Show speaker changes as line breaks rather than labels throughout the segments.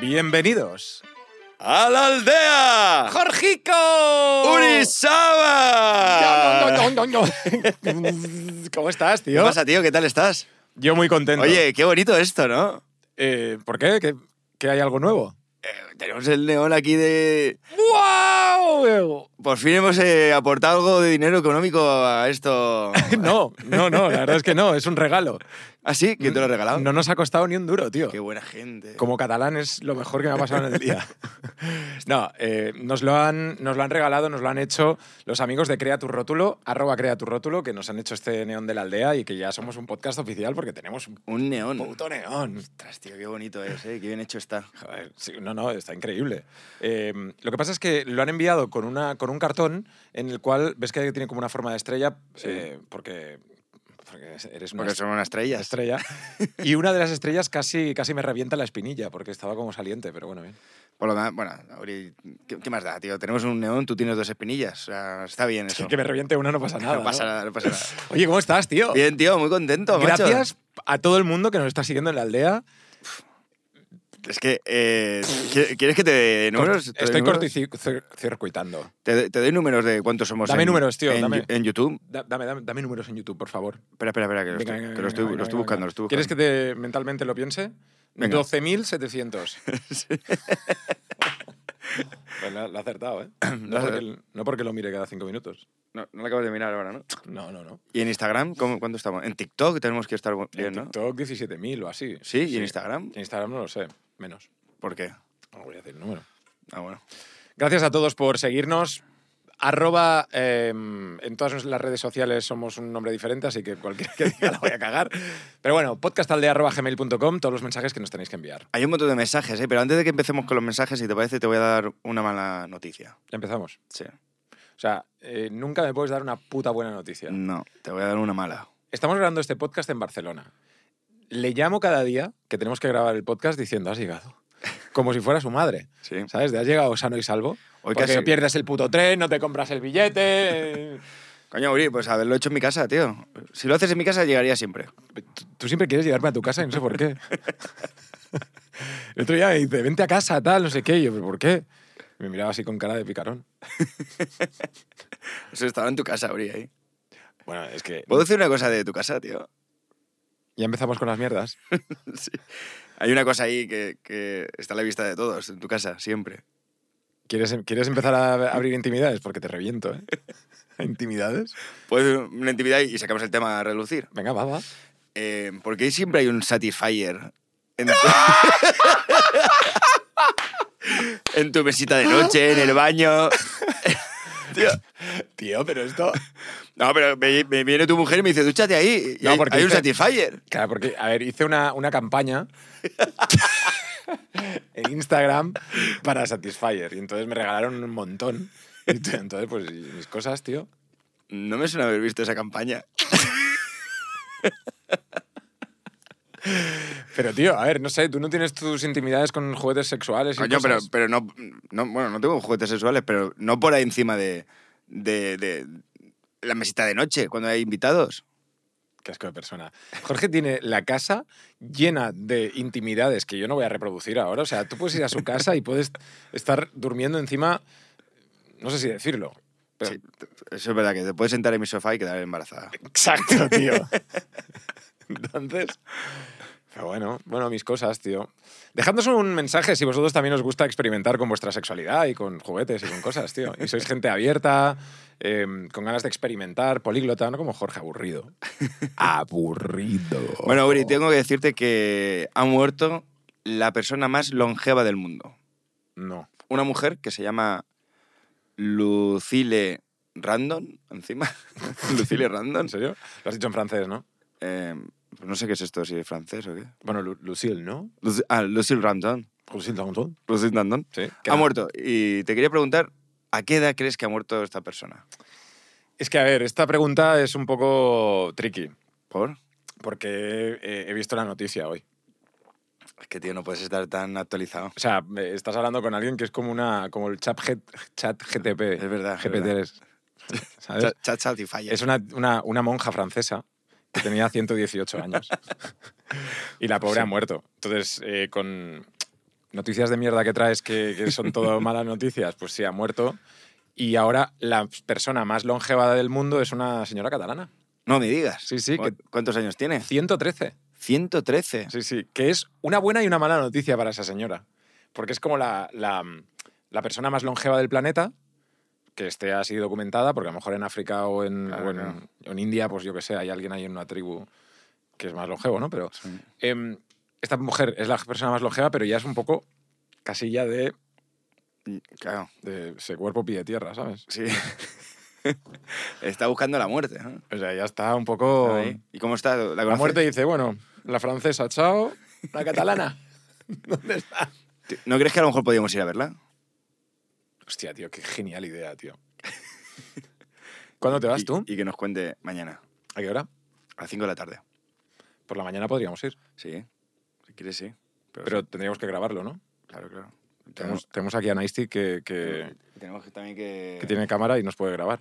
Bienvenidos.
¡A la aldea!
¡Jorgico!
¡Urizaba!
¿Cómo estás,
¿Qué
tío?
pasa, tío? ¿Qué tal estás?
Yo muy contento.
Oye, qué bonito esto, ¿no?
Eh, ¿por qué? ¿Que, que hay algo nuevo?
Eh, tenemos el neón aquí de...
¡Wow!
Por fin hemos eh, aportado algo de dinero económico a esto.
No, no, no, la verdad es que no, es un regalo.
¿Ah, sí? ¿Quién te lo ha regalado?
No nos ha costado ni un duro, tío.
Qué buena gente.
Como catalán es lo mejor que me ha pasado en el día. No, eh, nos, lo han, nos lo han regalado, nos lo han hecho los amigos de Crea tu Rótulo, arroba Crea tu Rótulo, que nos han hecho este neón de la aldea y que ya somos un podcast oficial porque tenemos un
Un neón.
puto neón.
Ostras, tío, qué bonito es, ¿eh? Qué bien hecho está.
Joder, sí, no, no, está increíble. Eh, lo que pasa es que lo han enviado con, una, con un cartón en el cual ves que tiene como una forma de estrella eh, porque, porque eres una
Porque son unas estrellas.
estrella. Y una de las estrellas casi, casi me revienta la espinilla porque estaba como saliente, pero bueno, bien.
Por lo demás, bueno, Uri, ¿qué, qué más da, tío? Tenemos un neón, tú tienes dos espinillas. O sea, está bien eso.
Que me reviente una no pasa nada.
no pasa
¿no?
nada, no pasa nada.
Oye, ¿cómo estás, tío?
Bien, tío, muy contento, macho.
Gracias a todo el mundo que nos está siguiendo en la aldea.
Es que, eh, ¿qui- ¿quieres que te dé números? ¿Te doy
Estoy
números?
cortocircuitando.
Te, te doy números de cuántos somos
Dame
en,
números, tío,
en,
dame.
en YouTube.
Da- Dame, dame, dame números en YouTube, por favor.
Espera, espera, espera, que lo
Venga,
estoy-
venga,
que lo estoy
venga,
lo estoy
venga,
buscando,
venga.
lo estoy
¿Quieres
buscando.
que te mentalmente lo piense?
Venga.
12.700. Pues lo, lo ha acertado, ¿eh? No
has
porque, no porque lo mire cada cinco minutos.
No, no lo acabas de mirar ahora, ¿no?
No, no, no.
¿Y en Instagram? ¿Cómo, ¿Cuánto estamos? En TikTok tenemos que estar bu- bien,
En
¿no?
TikTok 17.000 o así.
¿Sí? ¿Y en Instagram?
En Instagram no lo sé, menos.
¿Por qué?
No voy a decir el número.
Ah, bueno.
Gracias a todos por seguirnos. Arroba, eh, en todas las redes sociales somos un nombre diferente, así que cualquiera que diga la voy a cagar. Pero bueno, podcastaldea.gmail.com, todos los mensajes que nos tenéis que enviar.
Hay un montón de mensajes, ¿eh? Pero antes de que empecemos con los mensajes, si te parece, te voy a dar una mala noticia.
Ya empezamos.
Sí.
O sea, eh, nunca me puedes dar una puta buena noticia.
No, te voy a dar una mala.
Estamos grabando este podcast en Barcelona. Le llamo cada día que tenemos que grabar el podcast diciendo, has llegado. Como si fuera su madre,
Sí.
¿sabes? De has llegado sano y salvo.
Hoy
porque
casi-
pierdes el puto tren, no te compras el billete. eh.
Coño, Uri, pues haberlo hecho en mi casa, tío. Si lo haces en mi casa, llegaría siempre.
Tú- Tú siempre quieres llevarme a tu casa y no sé por qué. El otro día me dice, vente a casa, tal, no sé qué. Y yo, ¿pero por qué? Y me miraba así con cara de picarón.
Eso estaba en tu casa, Uri, ahí.
Bueno, es que
¿Puedo decir una cosa de tu casa, tío?
ya empezamos con las mierdas.
Sí. Hay una cosa ahí que, que está a la vista de todos, en tu casa, siempre.
¿Quieres, em-, ¿Quieres empezar a abrir intimidades? Porque te reviento, ¿eh? ¿Intimidades?
Puedes una intimidad y sacamos el tema a relucir.
Venga, va, va.
Eh, ¿Por qué siempre hay un Satisfyer en tu... en tu mesita de noche, en el baño? Tío,
Tío, pero esto...
No, pero me, me viene tu mujer y me dice, dúchate ahí. y
No,
hay-
porque
hay un
dice-
Satisfyer.
Claro, porque, a ver, hice una, una campaña en Instagram para Satisfyer y entonces me regalaron un montón. Entonces, pues, y mis cosas, tío.
No me suena haber visto esa campaña.
Pero, tío, a ver, no sé, tú no tienes tus intimidades con juguetes sexuales y
Coño, pero,
cosas?
pero no, no- Bueno, no tengo juguetes sexuales, pero no por ahí encima de, de, de la mesita de noche, cuando hay invitados.
Qué asco de persona. Jorge tiene la casa llena de intimidades que yo no voy a reproducir ahora. O sea, tú puedes ir a su casa y puedes estar durmiendo encima, no sé si decirlo. Pero...
Sí, t- eso es verdad, que te puedes sentar en mi sofá y quedar embarazada.
Exacto, tío. Entonces... Pero bueno, bueno, mis cosas, tío. Dejadnos un mensaje si vosotros también os gusta experimentar con vuestra sexualidad y con juguetes y con cosas, tío. Y sois gente abierta, eh, con ganas de experimentar, políglota, no como Jorge, aburrido. aburrido.
Bueno, Uri, tengo que decirte que ha muerto la persona más longeva del mundo.
No.
Una mujer que se llama Lucile Randon, encima. Lucile Randon.
¿En serio? Lo has dicho en francés, ¿no?
Eh, pues no sé qué es esto, si es francés o qué.
Bueno, Lu- Lucille, ¿no?
Luci- ah, Lucille Randon.
Lucille Danton.
Lucille Randon.
Sí.
Ha muerto. Y te quería preguntar, ¿a qué edad crees que ha muerto esta persona?
Es que, a ver, esta pregunta es un poco tricky,
¿Por?
porque eh, he visto la noticia hoy.
Es que, tío, no puedes estar tan actualizado.
O sea, me- estás hablando con alguien que es como una como el chat, G- chat GTP.
Es verdad, es
GPT
verdad.
eres. ¿Sabes?
Cha- Cha Satisfyer.
Es una, una, una monja francesa que tenía 118 años. y la pobre ha muerto. Entonces, eh, con, noticias de mierda que traes que, que son todo malas noticias, pues sí, ha muerto. Y ahora la persona más longeva del mundo es una señora catalana.
No me digas.
Sí, sí,
¿Cu-
que-
¿Cuántos años tiene?
113.
113.
Sí, sí. Que es una buena y una mala noticia para esa señora. Porque es como la, la- la persona más longeva del planeta que esté así documentada, porque a lo mejor en África o en,
Claro,
o en-
claro.
o en India, pues yo que sé, hay alguien ahí en una tribu que es más longevo, ¿no? Pero
Sí.
em, esta mujer es la persona más longeva, pero ya es un poco casilla de,
Mm, Claro,
de ese cuerpo pie de tierra, ¿sabes?
sí. está buscando la muerte. ¿no?
O sea, ya está un poco...
Ahí. ¿Y cómo está? ¿La,
Oh. La
conoces?
muerte dice, bueno, la francesa, chao, la catalana.
¿No crees que a lo mejor podíamos ir a verla?
Hostia, tío, qué genial idea, tío. ¿Cuándo te vas
Y-
tú?
Y que nos cuente mañana,
¿A qué hora?
a las 5 de la tarde.
Por la mañana podríamos ir,
Sí, ¿eh? si quieres, sí. Pero,
pero tendríamos que grabarlo, ¿no?
claro, claro. Tenemos,
Tenemos, tenemos aquí a Naisti que, que,
tenemos que también que...
que tiene cámara y nos puede grabar.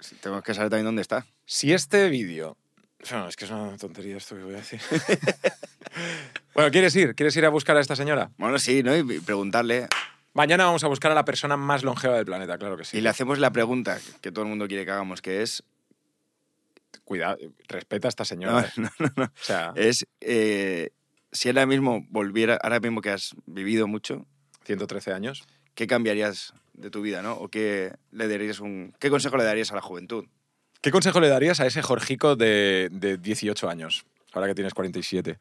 Sí, Tenemos que saber también dónde está.
Si este vídeo... No, es que es una tontería esto que voy a decir. bueno, ¿quieres ir? ¿Quieres ir a buscar a esta señora?
Bueno, sí, ¿no? Y preguntarle.
Mañana vamos a buscar a la persona más longeva del planeta, claro que sí.
Y le hacemos la pregunta que todo el mundo quiere que hagamos, que es...
Cuidado, respeta a esta señora.
No,
eh.
no, no, no.
O sea,
Es eh, si ahora mismo volviera, ahora mismo que has vivido mucho,
113 años.
¿qué cambiarías de tu vida, no? ¿O qué, le darías un, qué consejo le darías a la juventud?
¿Qué consejo le darías a ese Jorgico de, de 18 años? Ahora que tienes 47.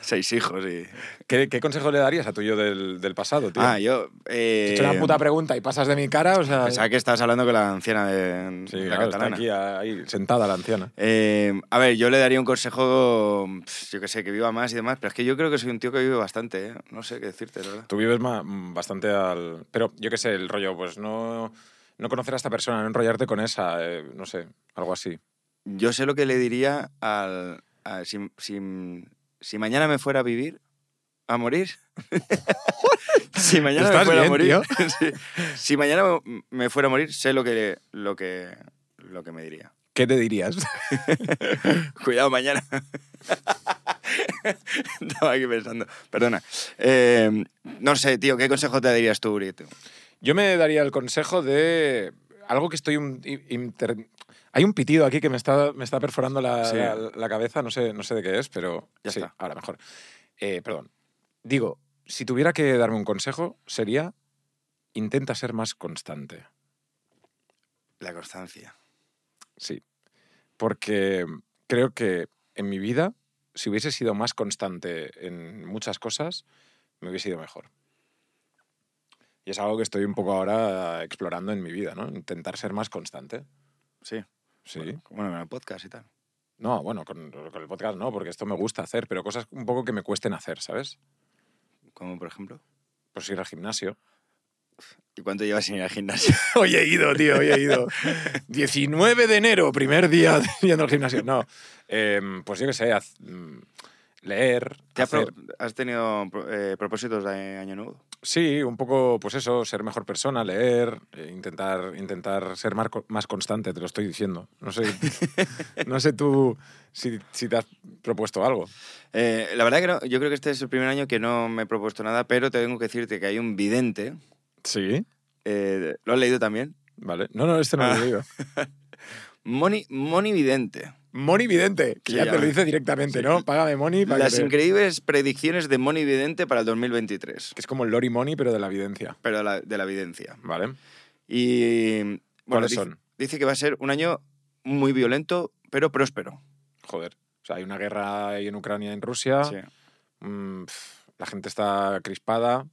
Seis hijos y...
¿Qué, qué consejo le darías a tu yo del, del pasado, tío?
Ah, yo...
Te
Eh,
he hecho una puta pregunta y pasas de mi cara, o sea...
Pensaba que estabas hablando con la anciana de
Sí,
la
claro, está
catalana.
aquí, ahí, sentada la anciana.
Eh, a ver, yo le daría un consejo, pf, yo que sé, que viva más y demás, pero es que yo creo que soy un tío que vive bastante, ¿eh? No sé qué decirte, la verdad.
Tú vives ma- mm, bastante al... Pero yo qué sé, el rollo, pues no, no conocer a esta persona, no enrollarte con esa, eh, no sé, algo así.
Yo sé lo que le diría al... a- si, si- si mañana me fuera a vivir, a morir... si mañana me
¿Estás
fuera a
bien,
morir... si, si mañana me- me fuera a morir, sé lo que, lo que, lo que me diría.
¿Qué te dirías?
Cuidado mañana. Estaba aquí pensando. Perdona. Eh, no sé, tío, ¿qué consejo te darías tú, Uri?
Yo me daría el consejo de algo que estoy... un- i- inter- Hay un pitido aquí que me está, me está perforando la,
Sí.
la- la cabeza, no sé, no sé de qué es, pero...
Ya
sí,
está.
ahora mejor. Eh, perdón. Digo, si tuviera que darme un consejo, sería intenta ser más constante.
La constancia.
Sí. Porque mm, creo que en mi vida, si hubiese sido más constante en muchas cosas, me hubiese ido mejor. Y es algo que estoy un poco ahora explorando en mi vida, ¿no? Intentar ser más constante.
Sí.
Sí.
Bueno, bueno, en el podcast y tal.
No, bueno, con, con el podcast no, porque esto me gusta hacer, pero cosas un poco que me cuesten hacer, ¿sabes?
Como por ejemplo.
Pues ir al gimnasio.
¿Y cuánto llevas sin ir al gimnasio?
Hoy he ido, tío, hoy he ido. 19 de enero, primer día yendo al gimnasio. No, em, pues yo qué sé, haz- mm, leer.
¿Te has,
hacer-
pro- has tenido pro- eh, propósitos de año nuevo?
Sí, un poco, pues eso, ser mejor persona, leer, eh, intentar, intentar ser mar- más constante, te lo estoy diciendo. No sé, no sé tú si, si te has propuesto algo.
Eh, la verdad que no, yo creo que este es el primer año que no me he propuesto nada, pero tengo que decirte que hay un vidente.
Sí.
eh, ¿Lo has leído también?
Vale. No, no, este no lo
Ah.
he leído.
Moni, Moni Vidente.
Moni Vidente, que
Sí,
ya
ya
te lo
ve.
dice directamente, ¿no? Págame Moni. para
Las
que te-
increíbles predicciones de Moni Vidente para el 2023.
Que es como el Lori Moni, pero de la evidencia.
pero la- de la evidencia.
Vale.
Y bueno,
¿Cuáles
dice,
son?
dice que va a ser un año muy violento, pero próspero.
Joder. O sea, hay una guerra ahí en Ucrania y en Rusia.
Sí,
Mm, pf, la gente está crispada.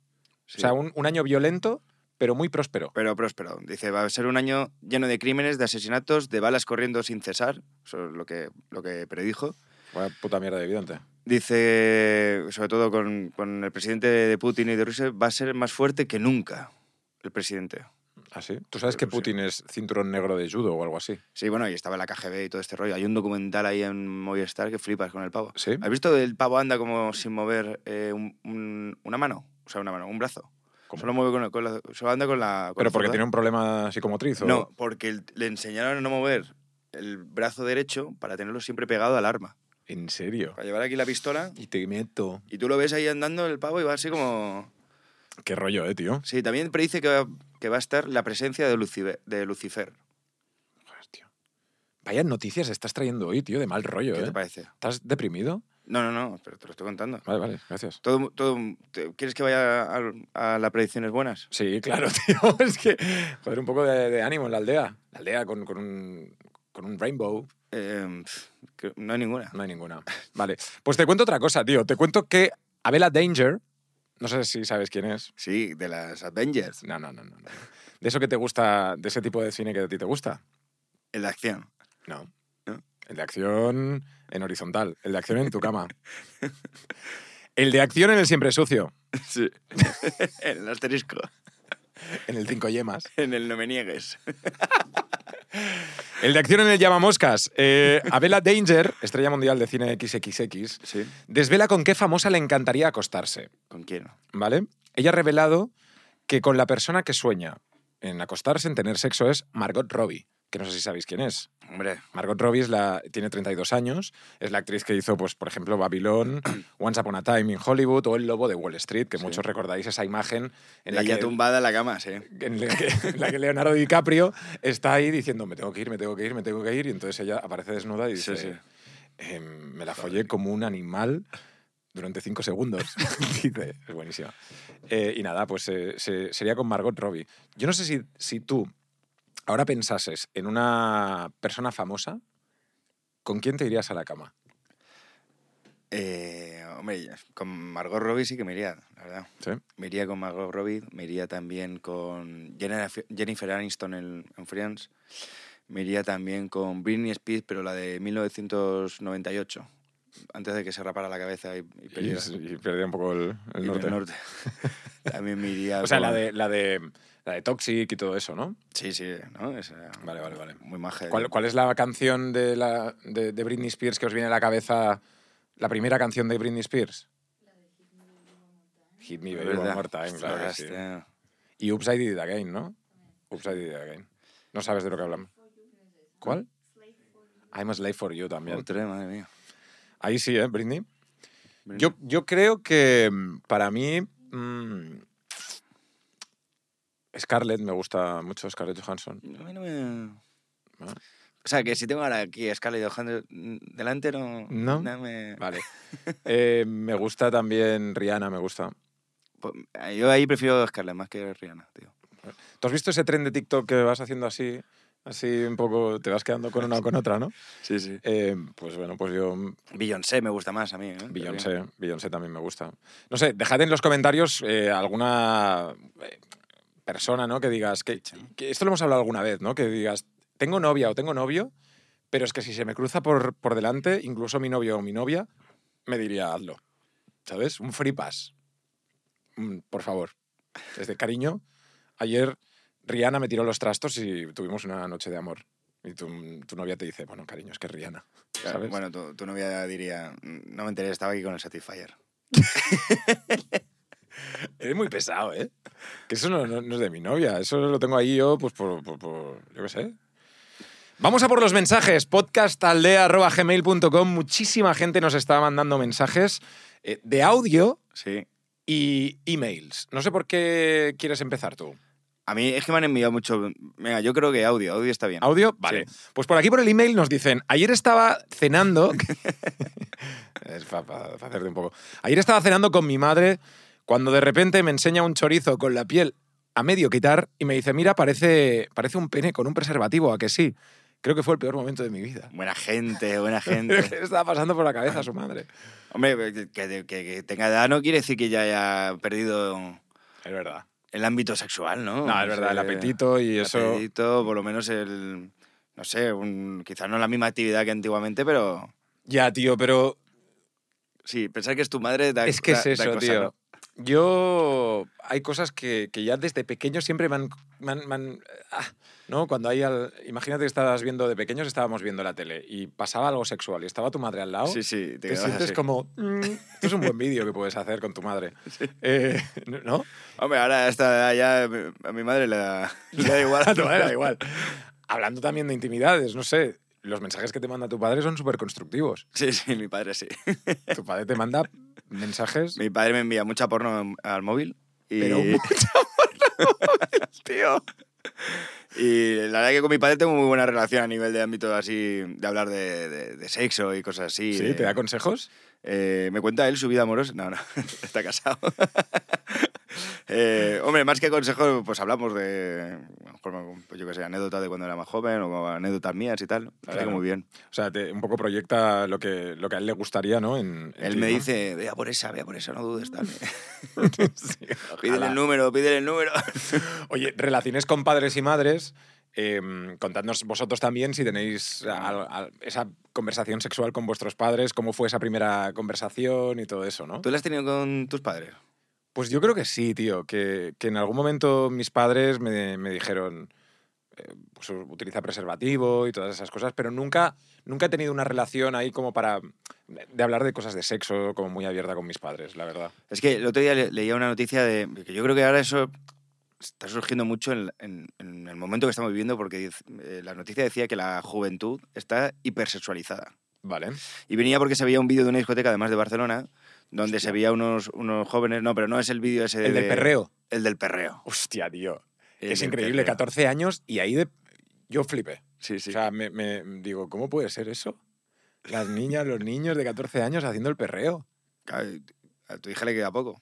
sí,
O sea, un, un año violento, pero muy próspero.
pero próspero. Dice, va a ser un año lleno de crímenes, de asesinatos, de balas corriendo sin cesar. Eso es lo que, lo que predijo.
Vaya puta mierda de evidente.
Dice, sobre todo con, con el presidente de Putin y de Rusia, va a ser más fuerte que nunca el presidente.
¿Ah, sí? ¿Tú sabes que
Pero sí.
Putin es cinturón negro de judo o algo así?
Sí, bueno, y estaba la KGB y todo este rollo. Hay un documental ahí en Movistar que flipas con el pavo.
Sí.
¿Has visto que el pavo anda como sin mover eh, un- un- una mano? O sea, una mano, un brazo.
¿Cómo?
Solo, mueve con la- con la- solo anda con la... con
¿Pero
la
porque
zurda.
tiene un problema psicomotriz? o-
No, porque el- le enseñaron a no mover el brazo derecho para tenerlo siempre pegado al arma.
¿En serio?
Para llevar aquí la pistola.
Y te meto.
Y tú lo ves ahí andando el pavo y va así como...
Qué rollo, eh, tío.
Sí, también predice que va, que va a estar la presencia de Lucifer. De Lucifer.
Joder, tío. Vaya noticias estás trayendo hoy, tío, de mal rollo,
¿Qué
¿eh?
te parece?
¿Estás deprimido?
No, no, no, pero te lo estoy contando.
Vale, vale, gracias.
Todo, todo, te- ¿Quieres que vaya al- a, las predicciones buenas?
Sí, claro, tío. Es que, joder, un poco de, de ánimo en la aldea. La aldea con, con un, con un rainbow.
Eh, pf, que no hay ninguna.
No hay ninguna. Vale. Pues te cuento otra cosa, tío. Te cuento que Abela Danger, no sé si sabes quién es.
Sí, de las Avengers.
No, no, no, no. no. De eso que te gusta, de ese tipo de cine que a ti te gusta.
En la acción.
No.
¿No?
El de acción en horizontal, el de acción en tu cama. El de acción en el siempre sucio,
Sí. en el asterisco.
en el cinco yemas.
En el no me niegues.
El de acción en el llamamoscas. Eh, Abela Danger, estrella mundial de cine XXX,
Sí.
desvela con qué famosa le encantaría acostarse,
¿Con quién?
¿vale? Ella ha revelado que con la persona que sueña en acostarse, en tener sexo, es Margot Robbie, que no sé si sabéis quién es.
Hombre,
Margot Robbie es la, tiene 32 años, es la actriz que hizo, pues, por ejemplo, Babylon, Once Upon a Time in Hollywood o El Lobo de Wall Street, que
Sí.
muchos recordáis esa imagen en la,
ella
que,
tumbada en la cama, sí.
en la que- en la que Leonardo DiCaprio está ahí diciendo me tengo que ir, me tengo que ir, me tengo que ir, y entonces ella aparece desnuda y
Sí,
dice
sí.
"Em, me la follé como un animal durante cinco segundos. dice, es buenísima. Eh, y nada, pues eh, se- sería con Margot Robbie. Yo no sé si, si tú ahora pensases en una persona famosa, ¿con quién te irías a la cama?
Eh, hombre, con Margot Robbie sí que me iría, la verdad.
¿Sí?
Me iría con Margot Robbie, me iría también con Jennifer Jennifer Aniston en, en Friends, me iría también con Britney Spears, pero la de 1998, antes de que se rapara la cabeza y, y
Y,
perdiera-
y perdía un poco el, el
y
norte.
del norte. también me iría
O sea, la
con-
de, la, de, la de Toxic y todo eso, ¿no?
Sí, sí, ¿no? Esa-
Vale, vale, vale.
Muy maja. ¿eh?
¿Cuál, cuál es la canción de, la, de, de Britney Spears que os viene a la cabeza? La primera canción de Britney Spears. Hit Me Baby One More Time, claro que sí.
Ostras,
Y Upside It Again, ¿no? Upside It Again. No sabes de lo que hablamos. ¿Cuál? I'm a slave for you también.
otra, madre mía.
Ahí sí, ¿eh, Britney?
Britney.
Yo, yo creo que mm, para mí. mm, Scarlett, me gusta mucho Scarlett Johansson.
A mí no me-
Ah.
O sea, que si tengo ahora aquí a Scarlett Johansson delante, no...
No.
me-
Vale. Eh, me gusta también Rihanna, me gusta.
Pues, Yo ahí prefiero a Scarlett más que a Rihanna, tío.
¿Tú has visto ese tren de TikTok que vas haciendo así? Así un poco, te vas quedando con una o con otra, ¿no?
Sí, sí.
Eh, pues bueno, pues yo,
Beyoncé me gusta más a mí, ¿eh?
Beyoncé, Beyoncé también me gusta. No sé, dejad en los comentarios eh, alguna eh, persona, ¿no? Que digas, que, que esto lo hemos hablado alguna vez, ¿no? Que digas, tengo novia o tengo novio, pero es que si se me cruza por, por delante, incluso mi novio o mi novia, me diría, hazlo. ¿Sabes? Un free pass. Mm, por favor. Desde cariño, ayer Rihanna me tiró los trastos y tuvimos una noche de amor. Y tu, tu novia te dice, bueno, cariño, es que es Rihanna.
Claro,
¿Sabes?
Bueno, tu, tu novia diría, "Mm, no me enteré, estaba aquí con el Satisfyer.
Eres muy pesado, ¿eh? Que eso no, no- no es de mi novia, eso lo tengo ahí yo, pues por, por- por- yo qué sé. Vamos a por los mensajes, podcastaldea.gmail.com. Muchísima gente nos está mandando mensajes eh, de audio
Sí.
y emails. No sé por qué quieres empezar tú.
A mí es que me han enviado mucho... Venga, yo creo que audio, audio está bien.
¿Audio? Vale. Pues por aquí por el email nos dicen, ayer estaba cenando... es para hacerte un poco. Ayer estaba cenando con mi madre cuando de repente me enseña un chorizo con la piel a medio quitar y me dice, mira, parece, parece un pene con un preservativo, ¿a que sí? Creo que fue el peor momento de mi vida.
Buena gente, buena
Creo
gente.
que le estaba pasando por la cabeza a su madre.
Hombre, que, que- que tenga edad no quiere decir que ya haya perdido
Es verdad.
el ámbito sexual, ¿no?
No, es verdad, el
Eh,
apetito y
el
eso...
apetito, por lo menos el... No sé, un- quizás no la misma actividad que antiguamente, pero...
Ya, tío, pero
Sí, pensar que es tu madre da
Es que
da-
es
da
eso,
cosa,
tío.
¿no?
Yo hay cosas que, que ya desde pequeño siempre me han... me han- me han- ah, ¿no? Cuando hay... al- imagínate que estabas viendo, de pequeños estábamos viendo la tele y pasaba algo sexual y estaba tu madre al lado.
Sí, sí, te,
Te,
quedabas
sientes
así.
como... "Mm, esto es un buen vídeo que puedes hacer con tu madre. Eh, ¿No?
Hombre, ahora esta edad ya a mi madre le da, le da igual.
A tu madre da igual. Hablando también de intimidades, no sé. los mensajes que te manda tu padre son súper constructivos.
Sí, sí, mi padre sí.
Tu padre te manda mensajes.
Mi padre me envía mucha porno al móvil. Y...
Pero mucha
tío. Y la verdad que con mi padre tengo muy buena relación a nivel de ámbito así, de hablar de, de- de sexo y cosas así.
Sí,
de-
te da consejos.
Eh, ¿Me cuenta él su vida amorosa? No, no, está casado. Eh, hombre, más que consejos, pues hablamos de, a lo mejor, pues yo qué sé, anécdotas de cuando era más joven o anécdotas mías y tal. La verdad
Claro.
que muy bien.
O sea, te- un poco proyecta lo que, lo que a él le gustaría, ¿no? En, en
Él
ti,
me
¿no?
dice, vea por esa, vea por esa, no dudes, tal.
Sí, ojalá.
pídele el número, pídele el número.
Oye, relaciones con padres y madres. eh, contadnos vosotros también si tenéis al- al- esa conversación sexual con vuestros padres, cómo fue esa primera conversación y todo eso, ¿no?
¿Tú la has tenido con tus padres?
Pues yo creo que sí, tío. Que, que en algún momento mis padres me, me dijeron, eh, pues utiliza preservativo y todas esas cosas, pero nunca, nunca he tenido una relación ahí como para... de hablar de cosas de sexo como muy abierta con mis padres, la verdad.
Es que el otro día le- leía una noticia de que yo creo que ahora eso está surgiendo mucho en, en- en el momento que estamos viviendo porque eh, la noticia decía que la juventud está hipersexualizada.
Vale.
Y venía porque se veía un vídeo de una discoteca, además de Barcelona, donde
Hostia.
se veía unos, unos jóvenes. No, pero no es el vídeo ese
El del
de-
perreo.
El del perreo.
Eh, Hostia, tío.
El
es
del
increíble,
perreo.
14 años y ahí de... Yo flipé.
Sí, sí.
O sea, me, me- digo, ¿cómo puede ser eso? Las niñas, los niños de 14 años haciendo el perreo.
Claro, a tu hija le queda poco.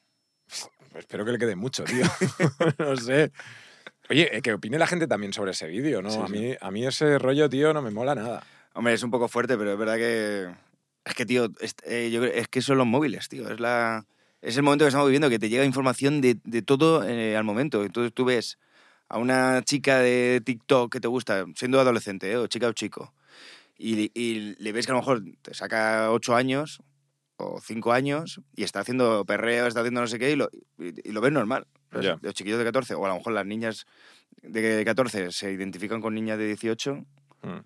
Espero que le quede mucho, tío. no sé. Oye, eh, que opine la gente también sobre ese vídeo, ¿no?
Sí,
a,
sí.
mí, a mí ese rollo, tío, no me mola nada.
Hombre, es un poco fuerte, pero es verdad que. Es que, tío, es, eh, yo creo- es que son los móviles, tío. Es, la, es el momento que estamos viviendo, que te llega información de, de todo eh, al momento. Entonces tú ves a una chica de TikTok que te gusta, siendo adolescente, ¿eh? o chica o chico, y, y le ves que a lo mejor te saca ocho años o cinco años y está haciendo perreo, está haciendo no sé qué, y lo, y- y lo ves normal. ¿sabes?
Ya.
Los chiquillos de 14, o a lo mejor las niñas de 14 se identifican con niñas de 18
Mm.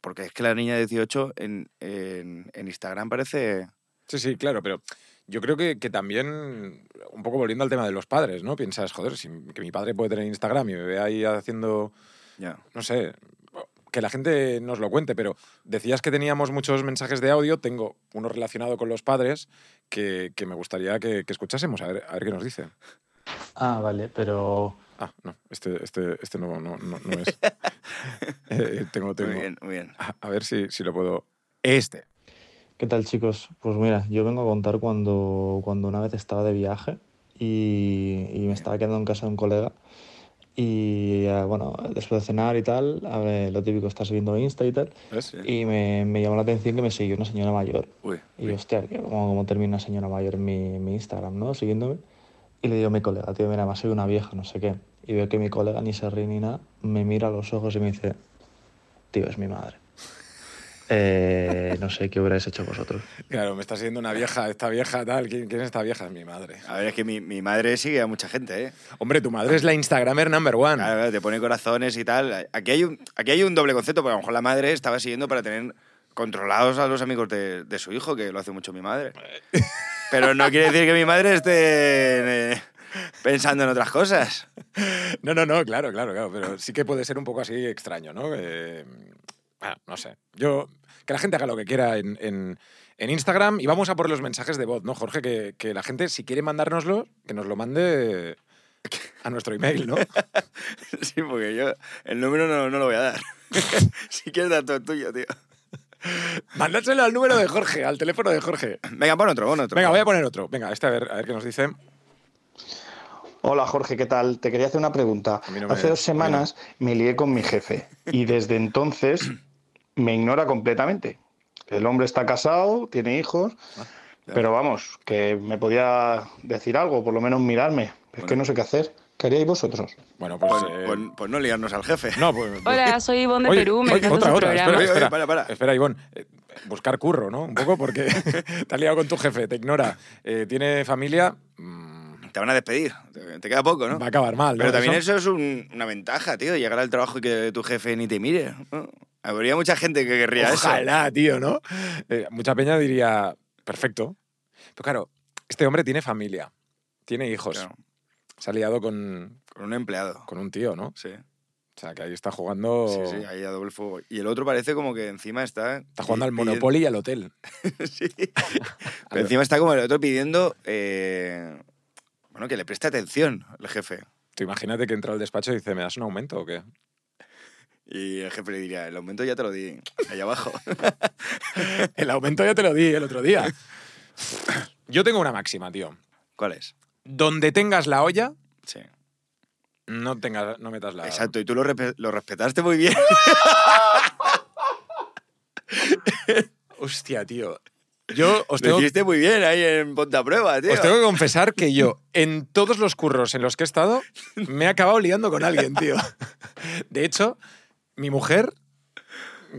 porque es que la niña de 18 en, en, en Instagram parece...
Sí, sí, claro, pero yo creo que, que también, un poco volviendo al tema de los padres, ¿no? Piensas, joder, si, que mi padre puede tener Instagram y me ve ahí haciendo,
Ya.
no sé, que la gente nos lo cuente, pero decías que teníamos muchos mensajes de audio, tengo uno relacionado con los padres que, que me gustaría que, que escuchásemos, a ver, a ver qué nos dice.
Ah, vale, pero
Ah, no, este, este, este no, no, no, no es. Eh, tengo, tengo.
Muy bien, muy bien.
A, a ver si, si lo puedo. Este.
¿Qué tal chicos? Pues mira, yo vengo a contar cuando, cuando una vez estaba de viaje y, y me estaba quedando en casa de un colega y eh, bueno, después de cenar y tal, a ver, lo típico, estás viendo Insta y tal,
¿Ves?
y me, me llamó la atención que me siguió una señora mayor.
Uy,
Y yo, hostia, que como, como termina una señora mayor en mi, en mi Instagram, ¿no? Siguiéndome. Y le digo a mi colega, tío, mira, más soy una vieja, no sé qué. Y veo que mi colega ni se ríe ni nada, me mira a los ojos y me dice, tío, es mi madre. Eh, no sé qué hubierais hecho vosotros.
Claro, me está siendo una vieja, esta vieja tal. ¿Quién, quién es esta vieja? Es mi madre.
a ver, es que mi, mi madre sigue a mucha gente, ¿eh?
Hombre, tu madre es la Instagramer number one.
Claro, claro, te pone corazones y tal. Aquí hay, un, aquí hay un doble concepto, porque a lo mejor la madre estaba siguiendo para tener controlados a los amigos de, de su hijo, que lo hace mucho mi madre. Pero no quiere decir que mi madre esté eh, pensando en otras cosas.
No, no, no, claro, claro, claro. Pero sí que puede ser un poco así extraño, ¿no? Eh, bueno, no sé. Yo. Que la gente haga lo que quiera en, en- en Instagram y vamos a por los mensajes de voz, ¿no, Jorge? Que, que la gente, si quiere mandárnoslo, que nos lo mande a nuestro email, ¿no?
Sí, porque yo el número no, no lo voy a dar. si quieres dar todo el tuyo, tío.
Mándaselo al número de Jorge, al teléfono de Jorge.
Venga, pon otro, pon otro.
Venga, voy a poner otro. Venga, este a ver, a ver qué nos dice.
Hola Jorge, ¿qué tal? Te quería hacer una pregunta.
A mí no me-
Hace dos
a mí no.
semanas me lié con mi jefe y desde entonces me ignora completamente. El hombre está casado, tiene hijos,
Ah,
pero vamos, que me podía decir algo, por lo menos mirarme. Es que no sé qué hacer. ¿Qué haríais vosotros?
Bueno, pues.
Pues,
eh,
pues- pues no liarnos al jefe.
No, pues. pues-
Hola, soy Ivonne de
Oye,
Perú, me
oye,
encanta
otra,
su
otra,
programa.
espera,
Oye, oye,
espera,
para, para.
espera, Ivonne. Eh, buscar curro, ¿no? Un poco porque te has liado con tu jefe, te ignora, eh, tiene familia, mm,
Te van a despedir. Te te queda poco, ¿no?
va a acabar mal. ¿no?
Pero también eso, es un- una ventaja, tío, llegar al trabajo y que tu jefe ni te mire. ¿no? Habría mucha gente que querría eso.
Ojalá, tío, ¿no? Eh, mucha peña diría, perfecto. Pero claro, este hombre tiene familia, tiene hijos,
Claro,
se ha liado con,
con un empleado.
con un tío, ¿no?
Sí.
O sea, que ahí está jugando.
Sí, sí, ahí a doble fuego. Y el otro parece como que encima está.
Está jugando al Monopoly y al hotel.
sí. Pero encima está como el otro pidiendo. eh, bueno, que le preste atención el jefe.
Tú imagínate que entra al despacho y dice, ¿me das un aumento o qué?
Y el jefe le diría, el aumento ya te lo di, allá abajo.
El aumento ya te lo di el otro día. Yo tengo una máxima, tío.
¿Cuál es?
Donde tengas la olla,
Sí.
no, tengas, no metas la...
Exacto, y tú lo, respe- lo respetaste muy bien.
Hostia, tío. Yo os
Lo
Pues tengo,
hiciste muy bien ahí en Pontaprueba, tío.
os tengo que confesar que yo, en todos los curros en los que he estado, me he acabado liando con alguien, tío. De hecho, mi mujer,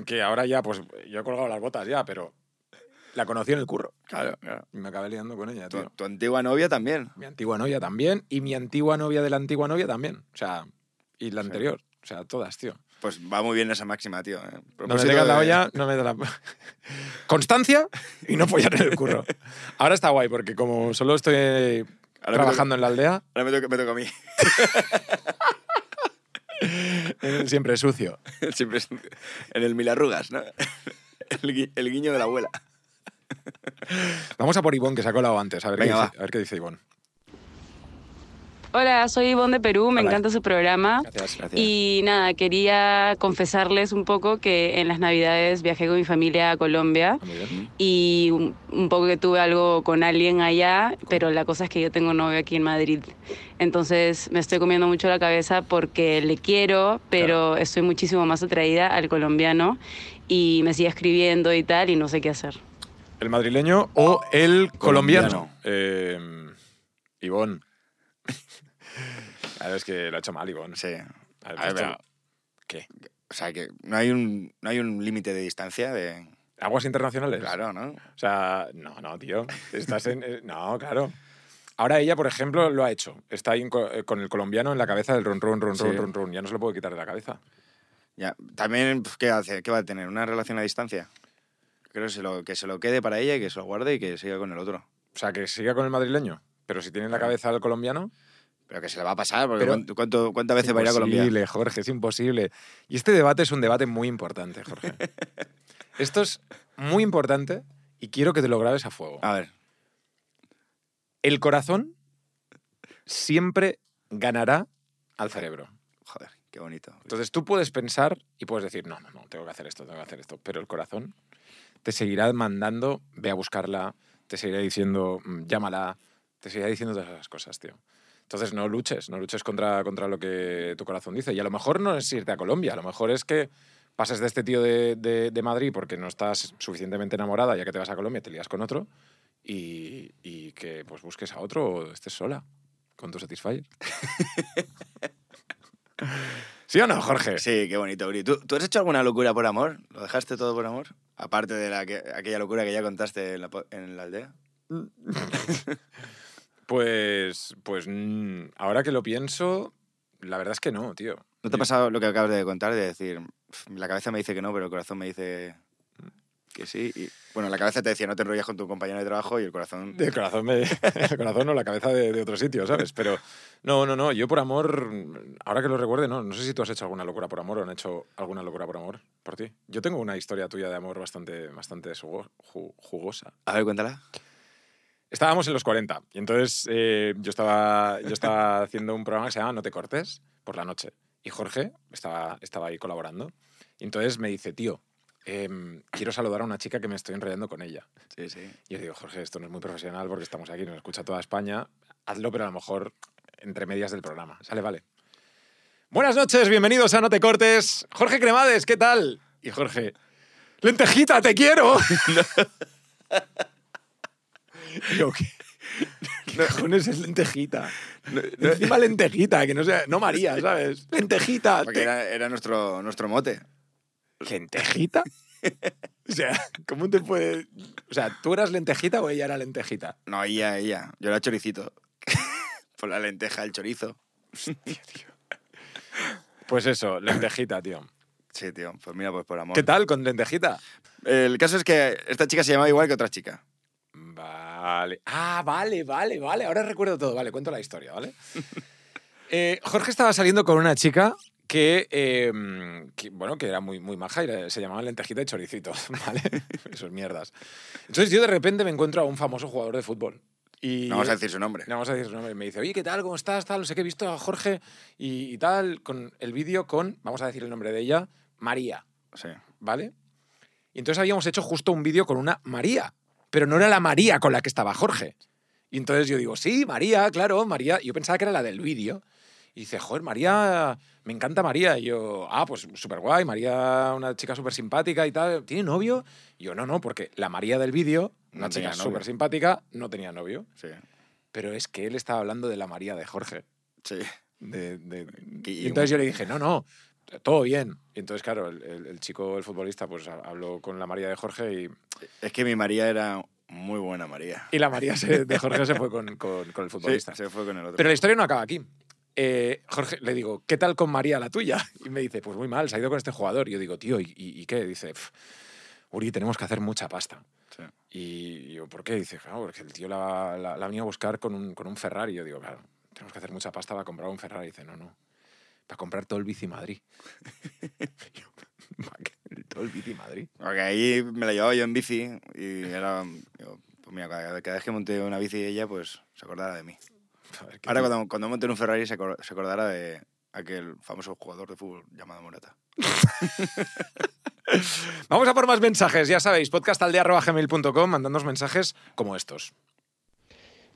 que ahora ya, pues yo he colgado las botas ya, pero la conocí en el curro.
Claro, claro.
Y me acabé liando con ella,
Tu,
tío.
tu antigua novia también.
Mi antigua novia también y mi antigua novia de la antigua novia también. O sea, y la anterior. O sea, todas, tío.
Pues va muy bien esa máxima, tío. ¿eh?
No me
Propósito
tengas la
de-
olla, no me da la... Constancia y no follar en el curro. Ahora está guay porque como solo estoy
Ahora
trabajando en la aldea,
Ahora me toca, me toca a mí.
eh, siempre sucio.
Siempre es en el Milarrugas, ¿no? El, gui- el guiño de la abuela.
Vamos a por Ivonne, que se ha colado antes. A ver,
Venga,
qué,
va.
dice, a ver qué dice Ivonne.
Hola, soy Ivonne de Perú, me
Hola.
encanta su programa.
Gracias.
Y nada, quería confesarles un poco que en las navidades viajé con mi familia a Colombia
Ah, Muy
Mm.
bien.
y un, un poco que tuve algo con alguien allá, pero la cosa es que yo tengo novio aquí en Madrid. Entonces me estoy comiendo mucho la cabeza porque le quiero, pero estoy muchísimo más atraída al colombiano y me sigue escribiendo y tal y no sé qué hacer.
¿El madrileño o el colombiano?
Colombiano.
Eh, Ivonne. Claro, es que lo ha hecho mal, Ivonne.
Sí.
A ver,
A ver,
esto-
pero-
¿Qué?
O sea, que no hay un, no hay un límite de distancia de...
¿Aguas internacionales?
Claro, ¿no?
O sea, no, no, tío. Estás en. eh, No, claro. Ahora ella, por ejemplo, lo ha hecho. Está ahí en co- eh, con el colombiano en la cabeza del run, run, run,
Sí.
run, run, run. Ya no se lo puedo quitar de la cabeza.
Ya. También, pues, ¿qué hace? ¿Qué va a tener? ¿Una relación a distancia? Creo que se, lo, que se lo quede para ella y que se lo guarde y que siga con el otro.
O sea, que siga con el madrileño. Pero si tiene en la
Claro.
cabeza al colombiano.
Pero que se le va a pasar, porque
Pero-
¿cuánto- cuánto, ¿cuántas veces va a ir a Colombia?
Imposible, Jorge, es imposible. Y este debate es un debate muy importante, Jorge. Esto es muy importante y quiero que te lo grabes a fuego.
A ver,
El corazón siempre ganará al cerebro.
joder, qué bonito.
Entonces tú puedes pensar y puedes decir, no, no, no, tengo que hacer esto, tengo que hacer esto. Pero el corazón te seguirá mandando, ve a buscarla, te seguirá diciendo, mm, llámala, te seguirá diciendo todas esas cosas, tío. Entonces no luches, no luches contra, contra lo que tu corazón dice. Y a lo mejor no es irte a Colombia, a lo mejor es que pases de este tío de, de- de Madrid porque no estás suficientemente enamorada, ya que te vas a Colombia, te lías con otro y, y que pues busques a otro o estés sola con tu Satisfyer. ¿Sí o no, Jorge?
Sí, qué bonito, Bri. ¿Tú, tú has hecho alguna locura por amor? ¿Lo dejaste todo por amor? Aparte de la que- aquella locura que ya contaste en la, po- en la aldea.
Pues, pues mm, ahora que lo pienso, la verdad es que no, tío.
¿No te ha
Yo-
pasado lo que acabas de contar? De decir, "Pf, la cabeza me dice que no, pero el corazón me dice que sí. Y, bueno, la cabeza te decía, no te enrollas con tu compañero de trabajo y el corazón...
El corazón, me- el corazón o la cabeza de, de otro sitio, ¿sabes? Pero no, no, no. Yo por amor, ahora que lo recuerde, no. No sé si tú has hecho alguna locura por amor o han hecho alguna locura por amor por ti. Yo tengo una historia tuya de amor bastante, bastante jugo- ju- jugosa.
A ver, cuéntala.
Estábamos en los 40 y entonces eh, yo, estaba, yo estaba haciendo un programa que se llama No te cortes por la noche y Jorge estaba, estaba ahí colaborando y entonces me dice, tío, em, quiero saludar a una chica que me estoy enrollando con ella.
Sí, sí.
Y yo digo, Jorge, esto no es muy profesional porque estamos aquí, nos escucha toda España, hazlo pero a lo mejor entre medias del programa. Sale, vale. Buenas noches, bienvenidos a No te cortes. Jorge Cremades, ¿qué tal? Y Jorge, lentejita, te quiero. Y yo, ¿qué? ¿Qué cojones es lentejita? Encima lentejita, que no sea, no María, ¿sabes? Lentejita.
Porque
te-
era, era nuestro, nuestro mote.
¿Lentejita? O sea, ¿cómo te puede...? O sea, ¿tú eras lentejita o ella era lentejita?
No, ella, ella. Yo era choricito. Por la lenteja, el chorizo.
Pues eso, lentejita, tío.
Sí, tío. Pues mira, pues por amor.
¿Qué tal con lentejita?
El caso es que esta chica se llamaba igual que otra chica.
Vale. Ah, vale, vale, vale. Ahora recuerdo todo. Vale, cuento la historia, ¿vale? Eh, Jorge estaba saliendo con una chica que, eh, que, bueno, que era muy, muy maja y era- se llamaba lentejita y choricito, ¿vale? Esas mierdas. Entonces yo de repente me encuentro a un famoso jugador de fútbol. Y
No vamos a decir su nombre.
no vamos a decir su nombre. Me dice, oye, ¿qué tal? ¿Cómo estás? Tal, no sé qué he visto a Jorge y, y tal, con el vídeo con, vamos a decir el nombre de ella, María,
Sí.
¿vale? Y entonces habíamos hecho justo un vídeo con una María, pero no era la María con la que estaba Jorge. Y entonces yo digo, sí, María, claro, María. Yo pensaba que era la del vídeo. Y dice, joder, María, me encanta María. Y yo, ah, pues súper guay, María, una chica súper simpática y tal. ¿Tiene novio? Y yo, no, no, porque la María del vídeo, una
No tenía
chica
novio.
súper simpática, no tenía novio.
Sí.
Pero es que él estaba hablando de la María de Jorge.
Sí.
de- de-
Y-
y entonces yo le dije, no, no, todo bien. Y entonces, claro, el, el- el chico, el futbolista, pues ha- habló con la María de Jorge y,
Es que mi María era muy buena María.
y la María se- de Jorge se fue con, con- con el
Sí,
futbolista.
se fue con el otro.
Pero la historia no acaba aquí. Eh, Jorge, le digo, ¿qué tal con María la tuya? Y me dice, pues muy mal, se ha ido con este jugador. Y yo digo, tío, ¿y, y- y qué? Dice, "Pf, Uri, tenemos que hacer mucha pasta.
Sí.
Y yo, ¿por qué? Dice, claro, porque el tío la, la, la ha venido a buscar con un, con un Ferrari. Yo digo, claro, tenemos que hacer mucha pasta para comprar un Ferrari. Dice, no, no, para comprar todo el bici Madrid. Yo, "¿Pa qué? todo el bici Madrid.
Porque ahí me la llevaba yo en bici y era. yo, pues mira, cada, cada vez que monté una bici ella, pues se acordara de mí.
A ver, ¿qué
Ahora
tío?
cuando, cuando monte en un Ferrari se, acor- se acordará de aquel famoso jugador de fútbol llamado Morata.
Vamos a por más mensajes, ya sabéis, podcastaldea.gmail.com, mandadnos mensajes como estos.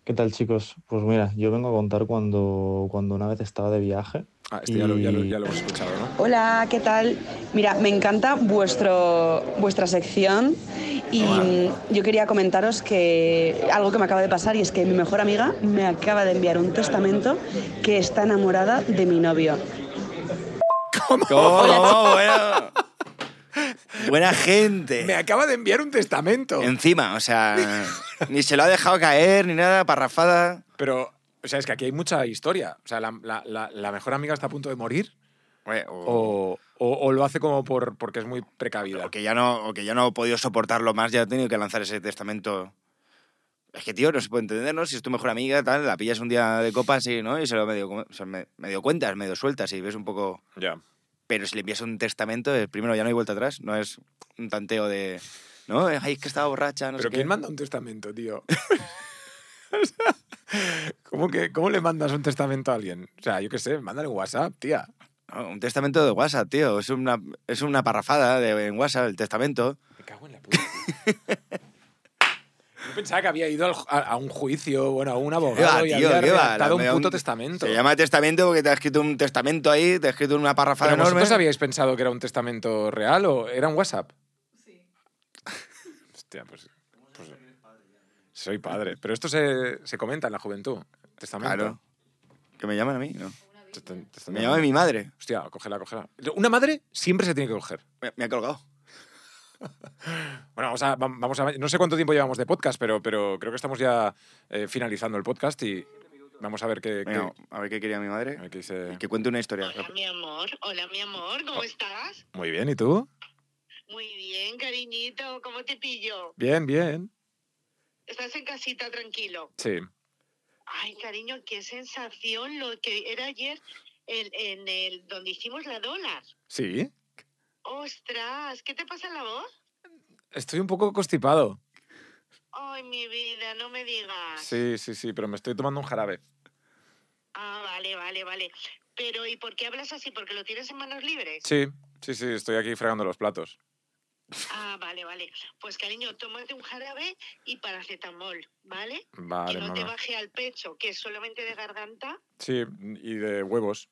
¿Qué tal, chicos? Pues mira, yo vengo a contar cuando, cuando una vez estaba de viaje.
Ah, este ya lo- ya lo-
y-
ya lo hemos escuchado, ¿no?
Hola, ¿qué tal? Mira, me encanta vuestro, vuestra sección y mm, yo quería comentaros que algo que me acaba de pasar y es que mi mejor amiga me acaba de enviar un testamento que está enamorada de mi novio.
¿Cómo? Bueno. Buena gente.
Me acaba de enviar un testamento.
Encima, o sea, ni se lo ha dejado caer, ni nada, parrafada.
Pero, o sea, es que aquí hay mucha historia. O sea, la, la- la- la mejor amiga está a punto de morir
Hombre, O,
o, o- o lo hace como por, porque es muy precavida.
o que ya no, o que ya no ha podido soportarlo más, ya ha tenido que lanzar ese testamento. Es que, tío, no se puede entender, ¿no? Si es tu mejor amiga, tal, la pillas un día de copas y, ¿no? Y se lo medio, come- o sea, me- medio cuentas, medio sueltas y ves un poco...
Ya.
Pero si le envías un testamento, eh, primero ya no hay vuelta atrás, no es un tanteo de... No, ay, es que estaba borracha, no
Pero
sé
¿quién
qué.
manda un testamento, tío? O sea, ¿Cómo, que, ¿Cómo le mandas un testamento a alguien? O sea, yo qué sé, mándale un WhatsApp, tía.
No, un testamento de WhatsApp, tío. Es una, es una parrafada de, en WhatsApp, el testamento.
Me cago en la puta, tío. Yo pensaba que había ido al ju- a, a un juicio, bueno, a un
¿Qué va,
abogado y
tío?
había
¿Qué va? La-
redactado un
me da
puto testamento.
Se llama testamento porque te ha escrito un testamento ahí, te ha escrito una parrafada
¿Pero
enorme.
vosotros habíais pensado que era un testamento real o era un WhatsApp? Sí. Hostia, pues... pues- soy padre. Pero esto se, se comenta en la juventud. Testamento.
Claro. ¿Que me llaman a mí? No.
Testam- testamento.
Me llama mi madre.
Hostia, cógela, cógela. Una madre siempre se tiene que coger.
Me, me ha colgado.
Bueno, vamos a, vam- vamos a... No sé cuánto tiempo llevamos de podcast, pero, pero creo que estamos ya eh, finalizando el podcast y vamos a ver qué... qué-
Venga, a ver qué quería mi
a
madre.
ver qué dice.
Y que cuente una historia.
Hola, mi amor. Hola, mi amor. ¿Cómo
Ah.
estás?
Muy bien, ¿y tú?
Muy bien, cariñito. ¿Cómo te pillo?
Bien, bien.
¿Estás en casita tranquilo?
Sí.
Ay, cariño, qué sensación lo que era ayer en, en el donde hicimos la dólar.
¿Sí?
Ostras, ¿qué te pasa en la voz?
Estoy un poco constipado.
Ay, mi vida, no me digas.
Sí, sí, sí, pero me estoy tomando un jarabe.
Ah, vale, vale, vale. Pero ¿y por qué hablas así? ¿Porque lo tienes en manos libres?
Sí, sí, sí, estoy aquí fregando los platos.
Ah, vale, vale. Pues cariño, tómate un jarabe y paracetamol, ¿vale?
Vale,
que no te
mamá.
baje al pecho, que es solamente de garganta.
Sí, y de huevos.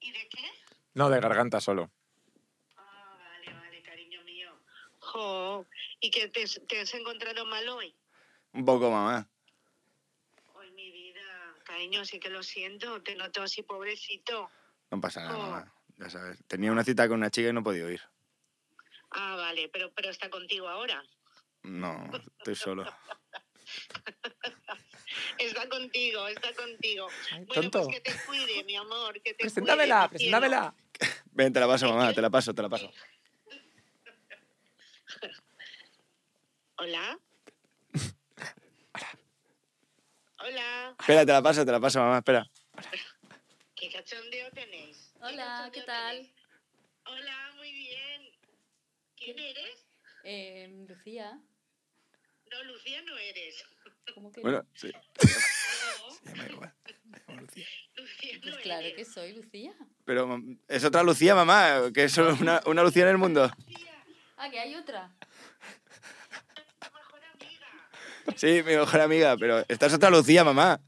¿Y de qué?
No, de garganta solo.
Ah, vale, vale, cariño mío. Jo, ¿y que te, te has encontrado mal hoy?
Un poco, mamá.
Hoy mi vida, cariño, sí que lo siento, te noto así pobrecito.
No pasa nada,
Oh.
mamá. Ya sabes. Tenía una cita con una chica y no he podido ir.
Ah, vale, pero, pero está contigo ahora.
No, estoy solo.
Está contigo, está contigo. bueno,
tonto.
pues que te cuide, mi amor, que te
Preséntamela,
cuide. mi cielo.
preséntamela.
Ven, te la paso, mamá. Te la paso, te la paso.
Hola. Hola.
Espera, te la paso, te la paso, mamá. Espera.
¿Qué cachondeo tenéis?
Hola. Hola, ¿qué tal?
Hola, muy bien. ¿Quién eres?
Eh, Lucía.
No, Lucía no eres.
¿Cómo que
Bueno, sí.
No,
Me da igual. Me llamo Lucía.
Lucía
no?
no
Pues claro
eres.
que soy Lucía.
Pero mm, es otra Lucía, mamá, que es solo una, una Lucía en el mundo.
Ah, que hay otra.
Tu mejor amiga.
Sí, mi mejor amiga, pero esta es otra Lucía, mamá.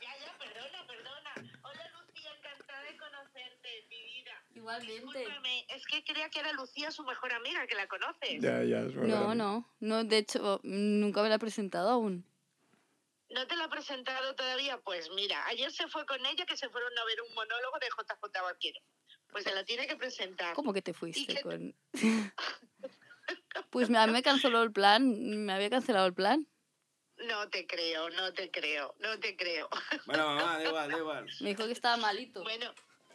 Ya, ya, perdona, perdona. Hola, Lucía, encantada de conocerte, mi vida.
Igualmente.
Discúlpame, es que creía que era Lucía su mejor amiga, que la conoces.
Ya, ya, es verdad.
No, no, no, de hecho, nunca me la he presentado aún.
¿No te la ha presentado todavía? Pues mira, ayer se fue con ella que se fueron a ver un monólogo de JJ Vaquero. Pues se la tiene que presentar.
¿Cómo que te
¿Y qué-
fuiste con...? pues me- a mí me canceló el plan, me había cancelado el plan.
No te creo, no te creo, no te creo.
Bueno, mamá, da igual, da igual.
Me dijo que estaba malito.
Bueno,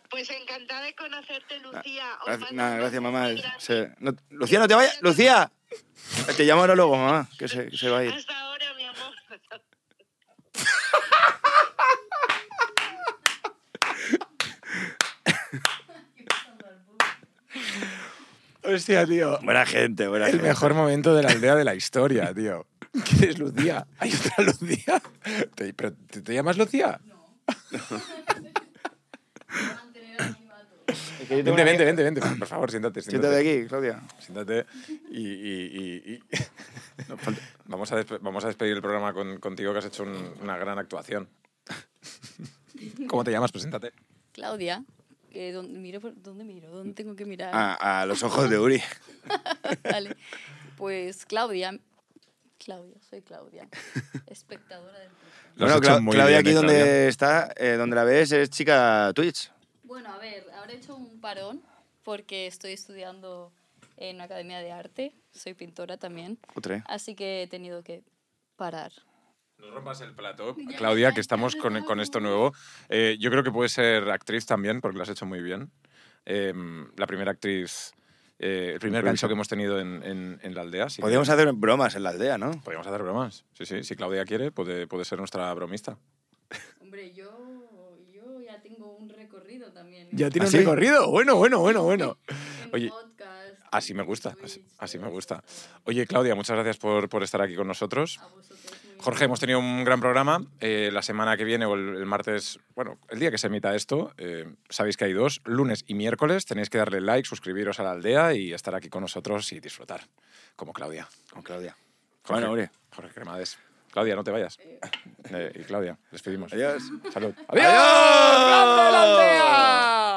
pues encantada de conocerte, Lucía. Os
Ah, Gracias,
mando
nada,
un
gracias,
beso
mamá.
muy grande.
Se- no- Lucía, no te vayas. Lucía. Te llamo ahora luego, mamá, que se, que se va a ir.
Hasta ahora, mi amor.
Hostia, tío.
Buena gente, buena
El
gente.
mejor momento de la aldea de la historia, tío. ¿Quién es Lucía? Ahí está Lucía. Te- pero, ¿te, te llamas Lucía? Vente, vente, vente, vente. Por favor, siéntate.
Siéntate
Siéntate,
aquí, Claudia.
Siéntate y... y- y- y- Vamos, a despe- vamos a despedir el programa con- contigo, que has hecho un- una gran actuación. ¿Cómo te llamas? Preséntate.
Claudia, que don- miro por- ¿dónde miro? ¿Dónde tengo que mirar?
Ah.
A, a los ojos de Uri.
Vale. Pues Claudia. Claudia, soy Claudia. Espectadora del programa.
Lo has
Bueno,
hecho
Cla-
muy
Claudia,
bien,
aquí
eh,
donde
Claudia.
está, eh, donde la ves, es chica Twitch.
Bueno, a ver, ahora he hecho un parón porque estoy estudiando en una academia de arte. Soy pintora también.
Putre.
Así que he tenido que parar.
No rompas el plato,
Ya,
Claudia,
ya,
que estamos
ya,
con,
ya,
con
ya.
esto nuevo. Eh, yo creo que puedes ser actriz también, porque lo has hecho muy bien. Em, la primera actriz, eh, el primer gancho que hemos tenido en, en- en la aldea. así que
Podríamos hacer bromas en la aldea, ¿no?
podríamos hacer bromas. Sí, sí, si Claudia quiere, puede, puede ser nuestra bromista.
Hombre, yo, yo ya tengo un recorrido también.
tiene
¿Ah,
un recorrido.
Bueno, bueno, bueno, bueno.
En
Oye,
podcast,
Así
en
me gusta,
Twitch,
así,
todo
así me
eso.
gusta. Oye, Claudia, muchas gracias por, por estar aquí con nosotros.
A vosotros muy
Jorge, hemos tenido un gran programa. Eh, la semana que viene o el, el martes, bueno, el día que se emita esto, eh, sabéis que hay dos, lunes y miércoles. Tenéis que darle like, suscribiros a la aldea y estar aquí con nosotros y disfrutar, como Claudia.
Con Claudia.
Jorge,
Bueno, Uri.
Jorge Cremades. Claudia, no te vayas. Eh, y Claudia, despedimos.
Adiós.
Salud.
¡Adiós!
¡Grande la aldea!